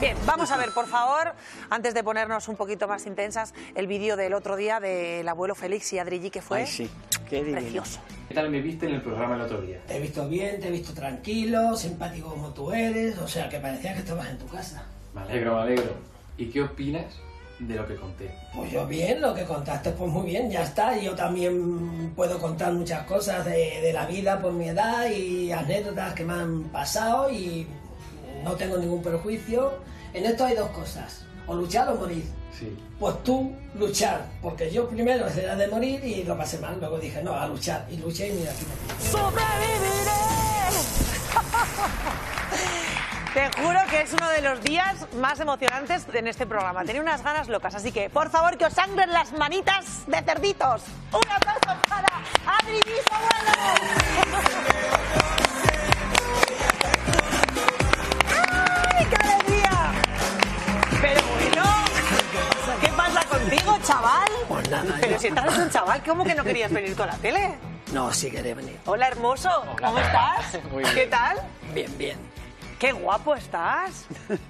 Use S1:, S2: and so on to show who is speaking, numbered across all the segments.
S1: Bien, vamos a ver, por favor, antes de ponernos un poquito más intensas, el vídeo del otro día del abuelo Félix y Adrigi, que fue
S2: Ay, sí. Qué divino.
S1: precioso.
S3: ¿Qué tal me viste en el programa el otro día?
S4: Te he visto bien, te he visto tranquilo, simpático como tú eres, o sea que parecía que estabas en tu casa.
S3: Me alegro, me alegro. ¿Y qué opinas de lo que conté?
S4: Pues yo bien, lo que contaste, pues muy bien, ya está. Yo también puedo contar muchas cosas de, de la vida por mi edad y anécdotas que me han pasado y no tengo ningún perjuicio. En esto hay dos cosas, o luchar o morir.
S3: Sí.
S4: Pues tú luchar, porque yo primero era de morir y lo pasé mal, luego dije, no, a luchar, y luché y mira aquí me tienes.
S1: Te juro que es uno de los días más emocionantes en este programa. Tenía unas ganas locas, así que por favor que os sangren las manitas de cerditos. Un aplauso para Adri Bisabuelo. ¡Ay, qué alegría! Pero bueno, ¿qué pasa contigo, chaval?
S4: Pues nada,
S1: Pero
S4: yo-
S1: si estás un chaval, ¿cómo que no querías venir con la tele?
S4: No, sí quería venir.
S1: Hola, hermoso. ¿Cómo estás?
S2: Muy bien.
S1: ¿Qué tal?
S4: Bien, bien.
S1: ¡Qué guapo estás!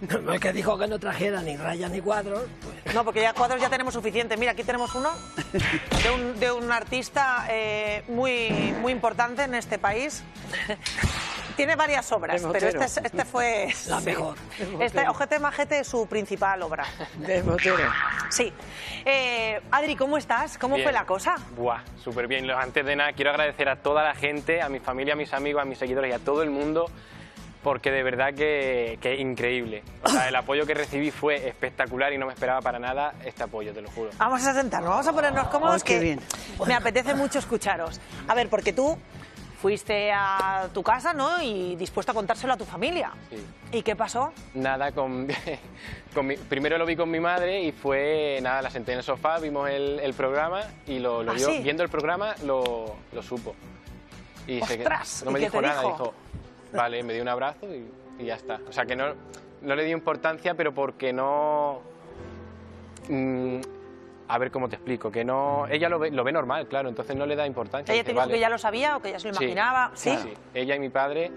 S4: Normal que dijo que no trajera ni rayas ni cuadros, pues
S1: No, porque ya cuadros ya tenemos suficiente. Mira, aquí tenemos uno de un, de un artista eh, muy, muy importante en este país. Tiene varias obras,
S2: De
S1: pero
S2: Botero.
S1: este, es- este fue...
S4: la mejor.
S1: Este, Ojete Majete es su principal obra.
S2: Del botero.
S1: Sí. Eh, Adri, ¿cómo estás? ¿Cómo
S5: Bien.
S1: fue la cosa?
S5: Buah, súper bien. Lo- Antes de nada, quiero agradecer a toda la gente, a mi familia, a mis amigos, a mis seguidores y a todo el mundo, porque de verdad que, que increíble. O sea, el apoyo que recibí fue espectacular y no me esperaba para nada este apoyo, te lo juro.
S1: Vamos a sentarnos, vamos a ponernos cómodos,
S2: Ay, qué
S1: que
S2: bien.
S1: me apetece mucho escucharos. A ver, porque tú fuiste a tu casa, ¿no? Y dispuesto a contárselo a tu familia.
S5: Sí.
S1: ¿Y qué pasó?
S5: Nada, con, con mi- primero lo vi con mi madre y fue, nada, la senté en el sofá, vimos el, el programa y lo, lo
S1: ¿Ah,
S5: vio-
S1: sí?
S5: viendo el programa lo, lo supo. Y se quedó-
S1: ¡Ostras!
S5: no
S1: ¿Y
S5: me
S1: qué
S5: dijo
S1: te
S5: nada,
S1: dijo?
S5: dijo? vale, me dio un abrazo y, y ya está. O sea que no, no le di importancia, pero porque no... mm, a ver cómo te explico, que no... Ella lo ve, lo ve normal, claro, entonces no le da importancia.
S1: ¿Ella
S5: dice,
S1: te dijo
S5: "Vale".
S1: que ya lo sabía o que ya se lo
S5: Sí,
S1: imaginaba? Sí.
S5: claro, sí. Ella y mi padre,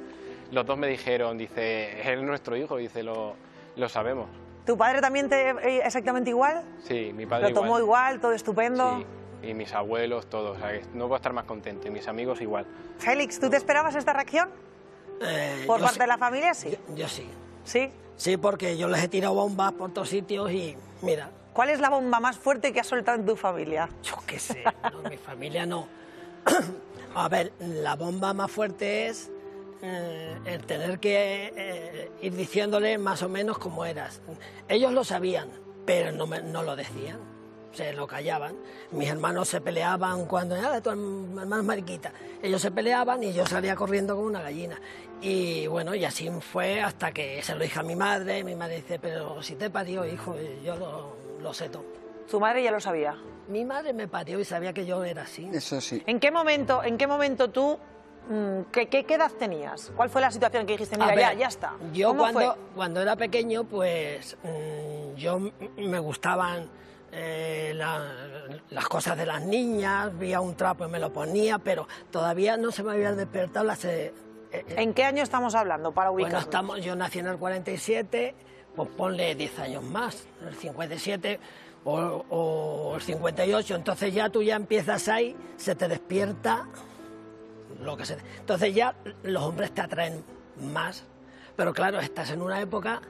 S5: los dos me dijeron, dice, es nuestro hijo, dice, lo, lo sabemos.
S1: ¿Tu padre también te eh, exactamente igual?
S5: Sí, mi padre
S1: lo tomó igual, todo estupendo.
S5: Sí, y mis abuelos, todos, o sea, que no puedo estar más contento, y mis amigos igual.
S1: Félix, ¿tú te esperabas esta reacción?
S4: Eh,
S1: ¿Por
S4: yo
S1: parte
S4: sí-
S1: de la familia? Sí.
S4: Yo, yo sí.
S1: ¿Sí?
S4: Sí, porque yo les he tirado bombas por todos sitios y mira,
S1: ¿Cuál es la bomba más fuerte que has soltado en tu familia?
S4: yo qué sé, no, mi familia no. A ver, la bomba más fuerte es eh, el tener que eh, ir diciéndole más o menos cómo eras. Ellos lo sabían, pero no, me- no lo decían, se lo callaban. Mis hermanos se peleaban cuando era tu herm- hermano es mariquita. Ellos se peleaban y yo salía corriendo como una gallina. Y bueno, y así fue hasta que se lo dije a mi madre. Mi madre dice, pero si te parió, hijo, yo lo, lo sé todo.
S1: Tu madre ya lo sabía.
S4: Mi madre me parió y sabía que yo era así.
S2: Eso sí.
S1: ¿En qué momento, en qué momento tú, mm, qué, qué- qué edad tenías? ¿Cuál fue la situación que dijiste, mira,
S4: A
S1: ya,
S4: ver,
S1: ya está?
S4: Yo
S1: ¿Cómo
S4: cuando,
S1: fue?
S4: cuando era pequeño, pues mm, yo m- me gustaban eh, la- las cosas de las niñas, veía un trapo y me lo ponía, pero todavía no se me habían despertado las... eh, eh,
S1: ¿En qué año estamos hablando para
S4: bueno,
S1: ubicarnos?
S4: estamos, yo nací en el 47, pues ponle 10 años más, el 57 o, o el 58, entonces ya tú ya empiezas ahí, se te despierta lo que se... Entonces ya los hombres te atraen más, pero claro, estás en una época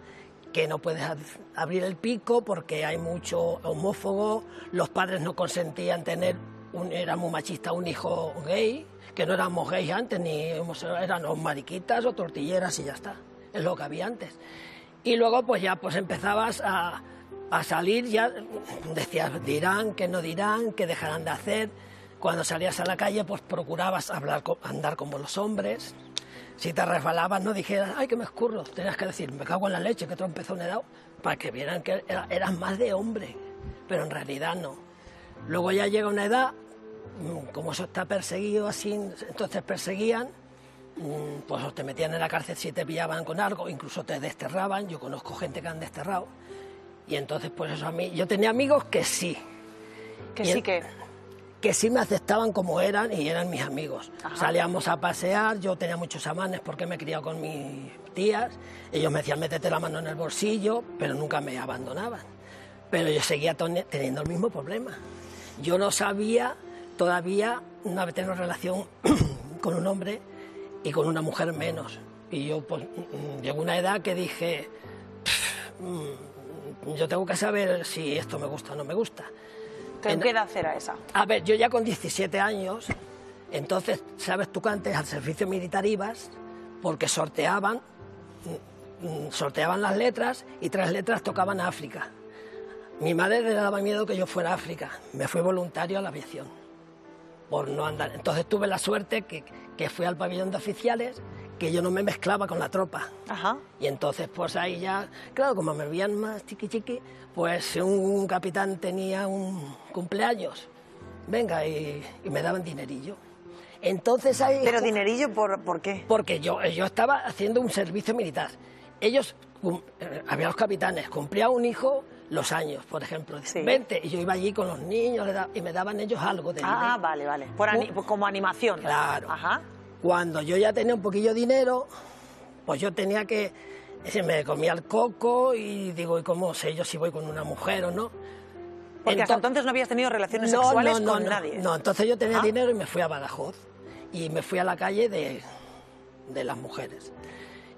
S4: que no puedes ab- abrir el pico porque hay mucho homófobo, los padres no consentían tener, un, era muy machista, un hijo gay, que no éramos gays antes, ni homosexuales, éramos mariquitas o tortilleras y ya está, es lo que había antes. Y luego pues ya pues empezabas a, a salir, ya decías, dirán, que no dirán, que dejarán de hacer. Cuando salías a la calle pues procurabas hablar, co- andar como los hombres. Si te resbalabas no dijeras, ay, que me escurro. Tenías que decir, me cago en la leche, que trompezón he dado, para que vieran que era- eras más de hombre. Pero en realidad no. Luego ya llega una edad, mm, como eso está perseguido así, entonces perseguían Mm, pues o te metían en la cárcel si te pillaban con algo, incluso te desterraban, yo conozco gente que han desterrado. Y entonces, pues eso a mí, yo tenía amigos que sí,
S1: que
S4: bien.
S1: sí que...
S4: que sí me aceptaban como eran y eran mis amigos. Salíamos a pasear, yo tenía muchos amanes porque me he criado con mis tías. Ellos me decían, métete la mano en el bolsillo, pero nunca me abandonaban. Pero yo seguía tone- teniendo el mismo problema. Yo no sabía todavía una vez tener relación con un hombre y con una mujer menos. Y yo pues mm, llegó una edad que dije, "Mm, yo tengo que saber si esto me gusta o no me gusta.
S1: ¿Con
S4: En-
S1: qué edad era esa?
S4: a ver, yo ya con 17 años, entonces, ¿sabes tú que antes al servicio militar ibas? Porque sorteaban, mm, mm, sorteaban las letras y tras letras tocaban a África. Mi madre le daba miedo que yo fuera a África. Me fui voluntario a la aviación por no andar. Entonces tuve la suerte que, que fui al pabellón de oficiales, que yo no me mezclaba con la tropa.
S1: Ajá.
S4: Y entonces, pues ahí ya, claro, como me veían más chiqui chiqui, pues si un, un capitán tenía un cumpleaños, venga, y, y me daban dinerillo. Entonces ahí.
S1: Pero dinerillo, ¿por, por qué?
S4: Porque yo, yo estaba haciendo un servicio militar. Ellos, cum- eh, había los capitanes, cumplía un hijo los años, por ejemplo,
S1: Sí.
S4: 20, y yo iba allí con los niños le da- y me daban ellos algo de dinero.
S1: Ah, vale, vale. Por ani-
S4: Cu-
S1: como animación.
S4: Uh. Claro.
S1: Ajá.
S4: Cuando yo ya tenía un poquillo de dinero, pues yo tenía que. Se me comía el coco y digo, ¿y cómo sé yo si voy con una mujer o no?
S1: Porque hasta
S4: Entonces-
S1: entonces no habías tenido relaciones
S4: no,
S1: sexuales
S4: no, no,
S1: con
S4: no,
S1: nadie.
S4: No, entonces yo tenía
S1: Ah.
S4: dinero y me fui a Badajoz. Y me fui a la calle de, de las mujeres.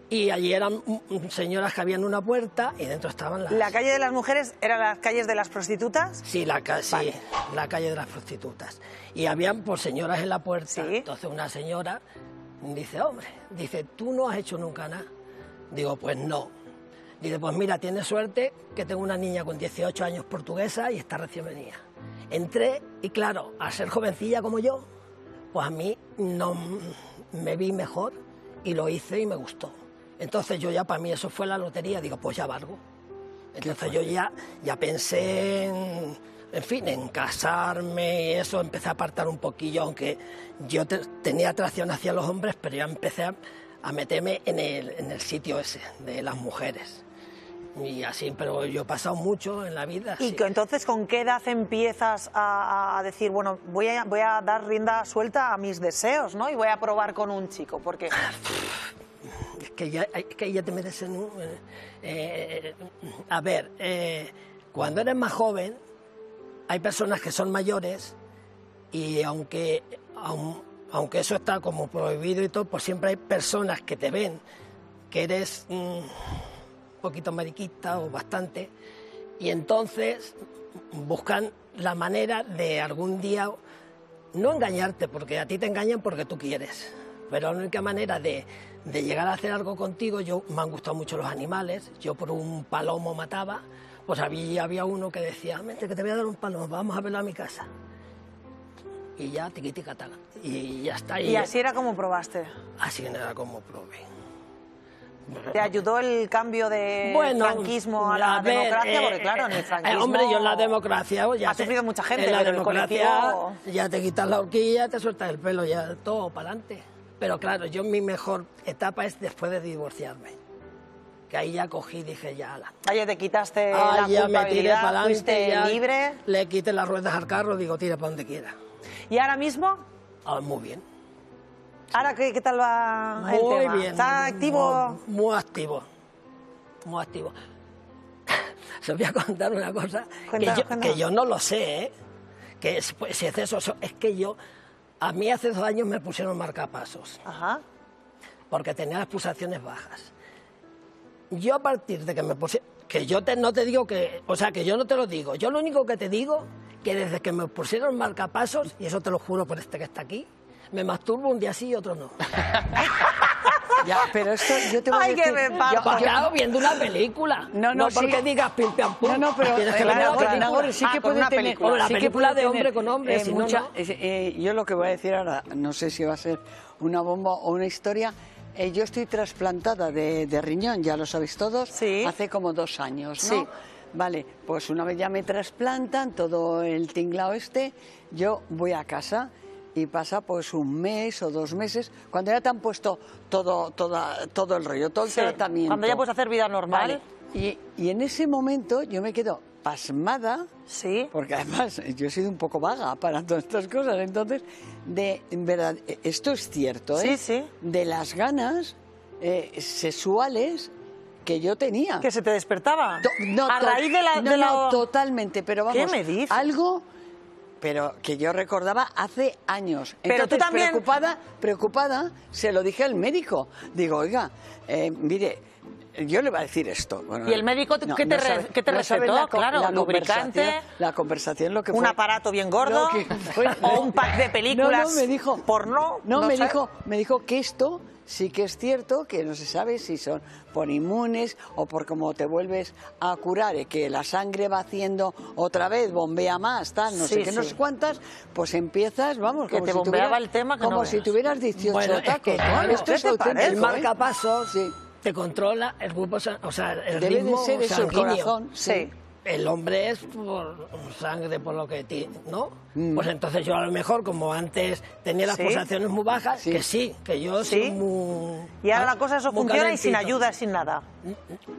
S4: Y allí eran mm, señoras que habían una puerta y dentro estaban las.
S1: ¿La calle de las mujeres eran las calles de las prostitutas?
S4: Sí, la, ca- sí,
S1: Vale.
S4: la calle de las prostitutas. Y habían por señoras en la puerta.
S1: Sí.
S4: Entonces una señora dice, hombre, dice, tú no has hecho nunca nada. Digo, pues no. Dice, pues mira, tienes suerte que tengo una niña con 18 años portuguesa y está recién venida. Entré y claro, al ser jovencilla como yo, pues a mí no me vi mejor y lo hice y me gustó. Entonces yo ya para mí eso fue la lotería. Digo, pues ya valgo. Entonces yo ya, ya pensé en, en fin, en casarme y eso, empecé a apartar un poquillo, aunque yo te- tenía atracción hacia los hombres, pero ya empecé a, a meterme en el, en el sitio ese de las mujeres. Y así, pero yo he pasado mucho en la vida.
S1: ¿Y
S4: Ah, sí.
S1: que entonces con qué edad empiezas a, a decir, bueno, voy a, voy a dar rienda suelta a mis deseos, ¿no? Y voy a probar con un chico, porque...
S4: Es que ya, es que ya te metes en un... eh, eh, a ver, eh, cuando eres más joven, hay personas que son mayores y aunque, aun- aunque eso está como prohibido y todo, pues siempre hay personas que te ven que eres mm, un poquito mariquita o bastante y entonces buscan la manera de algún día no engañarte, porque a ti te engañan porque tú quieres. Pero la única manera de, de llegar a hacer algo contigo, yo me han gustado mucho los animales. Yo por un palomo mataba, pues había, había uno que decía, vente que te voy a dar un palomo, vamos a verlo a mi casa. Y ya, tiquiti catalán. Y ya está.
S1: Y así era como probaste.
S4: así era como probé.
S1: ¿Te ayudó el cambio de franquismo a la
S4: ver,
S1: democracia?
S4: eh,
S1: porque claro, en
S4: eh,
S1: el
S4: eh,
S1: franquismo...
S4: hombre, yo en la democracia... pues, Ya
S1: ha sufrido mucha gente,
S4: En la
S1: pero el
S4: democracia
S1: colectivo-
S4: ya te quitas la horquilla, te sueltas el pelo, ya todo para adelante. Pero claro, yo mi mejor etapa es después de divorciarme. Que ahí ya cogí y dije, ya, ala.
S1: Oye, te quitaste
S4: Ah,
S1: Eh, la
S4: ya me tiré
S1: culpabilidad,
S4: para adelante,
S1: fuiste
S4: ya
S1: libre.
S4: le quité las ruedas al carro, digo, tira para donde quiera.
S1: ¿Y ahora mismo?
S4: Ah, muy bien.
S1: ¿Ahora qué, qué tal va Ah, el
S4: muy
S1: tema?
S4: bien.
S1: ¿Está activo?
S4: Muy, muy activo. Muy activo. Se os voy a contar una cosa que
S1: Cuéntanos,
S4: yo,
S1: cuéntanos.
S4: que yo no lo sé, ¿eh? Que es, pues, si es eso, eso- es que yo. A mí hace dos años me pusieron marcapasos
S1: Ajá.
S4: porque tenía las pulsaciones bajas. Yo a partir de que me puse, que yo te- no te digo que, o sea, que yo no te lo digo, yo lo único que te digo que desde que me pusieron marcapasos, y eso te lo juro por este que está aquí, me masturbo un día sí y otro no.
S2: Ya, pero esto yo te voy
S1: Ay,
S2: a
S1: que
S2: decir...
S1: me parto.
S2: yo-
S4: Porque claro, viendo una película.
S2: No, no, sí.
S4: porque digas pim, pam, pum.
S2: No, no, pero
S4: Tienes que
S2: eh,
S4: ver
S2: claro,
S4: una
S2: pero
S4: película.
S2: Nagore sí
S1: Ah,
S2: que
S1: con
S2: puede
S1: una
S2: tener...
S1: película.
S4: La
S2: sí que
S4: película
S2: puede
S4: de hombre con hombre, si no,
S2: mucha-
S4: no.
S2: es- eh, yo lo que voy a decir ahora, no sé si va a ser una bomba o una historia. eh, yo estoy trasplantada de, de riñón, ya lo sabéis todos,
S1: Sí.
S2: hace como dos años, ¿no?
S1: Sí.
S2: Vale, pues una vez ya me trasplantan todo el tinglao este, yo voy a casa y pasa pues un mes o dos meses, cuando ya te han puesto todo, toda, todo el rollo, todo el
S1: Sí,
S2: tratamiento.
S1: cuando ya puedes hacer vida normal.
S2: Vale. Y, y en ese momento yo me quedo pasmada,
S1: Sí.
S2: porque además yo he sido un poco vaga para todas estas cosas, entonces, de en verdad, eh, esto es cierto, ¿eh?
S1: Sí, sí.
S2: De las ganas eh, sexuales que yo tenía.
S1: Que se te despertaba.
S2: To- no,
S1: a
S2: to-
S1: raíz de la.
S2: no,
S1: de la-
S2: no, totalmente, pero vamos.
S1: ¿Qué me dices?
S2: Algo, pero que yo recordaba hace años.
S1: Pero tú
S2: Entonces,
S1: también-
S2: Preocupada, preocupada, se lo dije al médico. Digo, oiga, eh, mire. Yo le voy a decir esto. Bueno,
S1: ¿Y el médico qué te re- qué te
S2: sabe
S1: recetó?
S2: co-
S1: Claro, lubricante,
S2: conversación- La conversación, lo que
S1: un
S2: fue-
S1: aparato bien gordo,
S2: lo que fue-
S1: o un pack de películas
S2: No, no, me dijo.
S1: porno,
S2: No,
S1: no
S2: me,
S1: sé.
S2: dijo, me dijo que esto sí que es cierto, que no se sabe si son por inmunes o por cómo te vuelves a curar, eh, que la sangre va haciendo otra vez, bombea más, tal, no
S1: Sí,
S2: sé qué, no
S1: sí.
S2: sé cuántas, pues empiezas, vamos,
S1: Que
S2: como
S1: te
S2: si
S1: bombeaba
S2: tuvieras-
S1: el tema que no
S2: como si
S1: veas.
S2: tuvieras 18
S4: Bueno, es que,
S2: tacos.
S4: claro,
S2: esto
S1: ¿qué
S2: es
S1: te
S2: auténtico,
S1: parece?
S4: El
S2: ¿eh?
S4: marcapasos
S2: Sí.
S4: te controla el grupo, san- o sea, el
S2: Debe de
S4: ritmo
S2: ser eso, el
S4: sanguíneo.
S2: corazón.
S1: Sí.
S2: Sí.
S4: El hombre es por sangre, por lo que ti, ¿no? Pues entonces yo a lo mejor, como antes tenía las
S1: Mm. Sí.
S4: pulsaciones muy bajas,
S2: Sí.
S4: que sí, que yo
S1: Sí.
S4: soy muy...
S1: Y ahora la cosa eso
S4: Ah, muy
S1: funciona y sin
S4: calentito.
S1: ayuda, sin nada.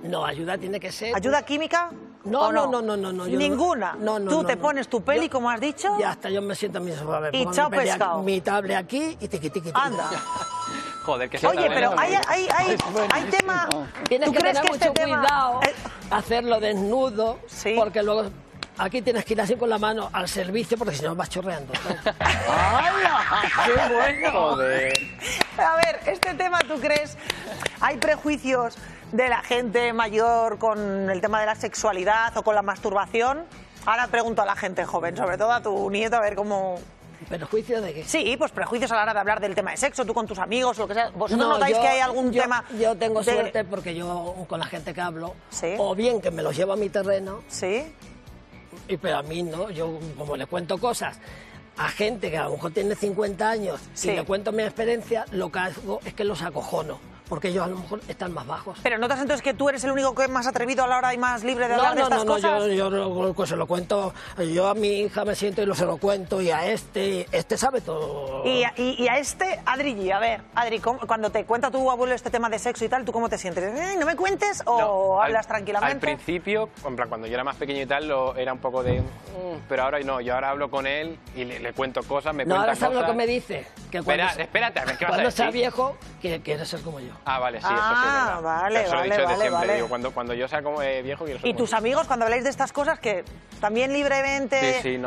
S4: No, ayuda tiene que ser...
S1: ¿Ayuda química?
S4: No,
S1: ¿O
S4: no, no, no, no, no, yo no-
S1: Ninguna.
S4: no, no,
S1: Tú
S4: no,
S1: te
S4: no.
S1: pones tu peli,
S4: Yo-
S1: como has dicho.
S4: Ya hasta yo me siento en mi sofá. me
S1: Y
S4: pongo
S1: chao
S4: mi peli aquí-
S1: pescado.
S4: Mi tablet aquí y tiqui, tiqui, tiqui.
S1: Anda.
S5: Joder, que se
S1: Oye,
S5: está
S1: pero
S5: viendo.
S1: hay, hay, hay, hay tema.
S4: Tienes
S1: ¿Tú
S4: que
S1: crees
S4: tener
S1: que
S4: mucho
S1: este tema-
S4: cuidado,
S1: Eh,
S4: hacerlo desnudo,
S1: Sí.
S4: porque luego aquí tienes que ir así con la mano al servicio, porque si no vas chorreando.
S5: ¡Qué
S1: ¿eh?
S5: bueno! Joder.
S1: A ver, este tema, ¿tú crees? ¿Hay prejuicios de la gente mayor con el tema de la sexualidad o con la masturbación? Ahora pregunto a la gente joven, sobre todo a tu nieto, a ver cómo...
S4: Pero juicio de que...
S1: Sí, pues prejuicios a la hora de hablar del tema de sexo, tú con tus amigos, lo que sea. ¿Vosotros notáis
S4: yo-
S1: que hay algún
S4: yo-
S1: tema...?
S4: Yo tengo
S1: de-
S4: suerte porque yo con la gente que hablo,
S1: Sí.
S4: o bien que me los llevo a mi terreno,
S1: ¿Sí?
S4: y, pero a mí no, yo como le cuento cosas a gente que a lo mejor tiene 50 años
S1: Sí.
S4: y le cuento mi experiencia, lo que hago es que los acojono, porque ellos a lo mejor están más bajos.
S1: ¿Pero notas entonces que tú eres el único que es más atrevido a la hora y más libre de hablar de estas cosas?
S4: yo, yo lo- lo- se lo cuento, yo a mi hija me siento y lo se lo cuento, y a este, y este sabe todo.
S1: Y, a- y- y a este, Adri G, a ver, Adri, ¿cómo- cuando te cuenta tu abuelo este tema de sexo y tal, ¿tú cómo te sientes? "Eh, ¿No me cuentes o
S5: No, al-
S1: hablas
S5: Al
S1: tranquilamente?
S5: principio, en plan, cuando yo era más pequeño y tal, lo, era un poco de... "Mm", pero ahora no, yo ahora hablo con él y le, le cuento cosas, me
S4: no,
S5: cuenta
S4: ahora
S5: cosas...
S4: sabes lo que me dice. Que cuando,
S5: Espera, espérate, a ver, ¿qué vas a
S4: cuando sea
S5: decir?
S4: viejo, que quiere ser como yo.
S5: Ah, vale, sí,
S1: Ah,
S5: eso sí es verdad.
S1: vale,
S5: Eso lo he
S1: vale,
S5: dicho desde
S1: vale,
S5: siempre,
S1: vale.
S5: digo, cuando, cuando yo sea como eh, viejo quiero ser
S1: ¿Y
S5: como
S1: tus
S5: tú.
S1: amigos cuando habláis de estas cosas que también libremente
S5: Sí, sí, no,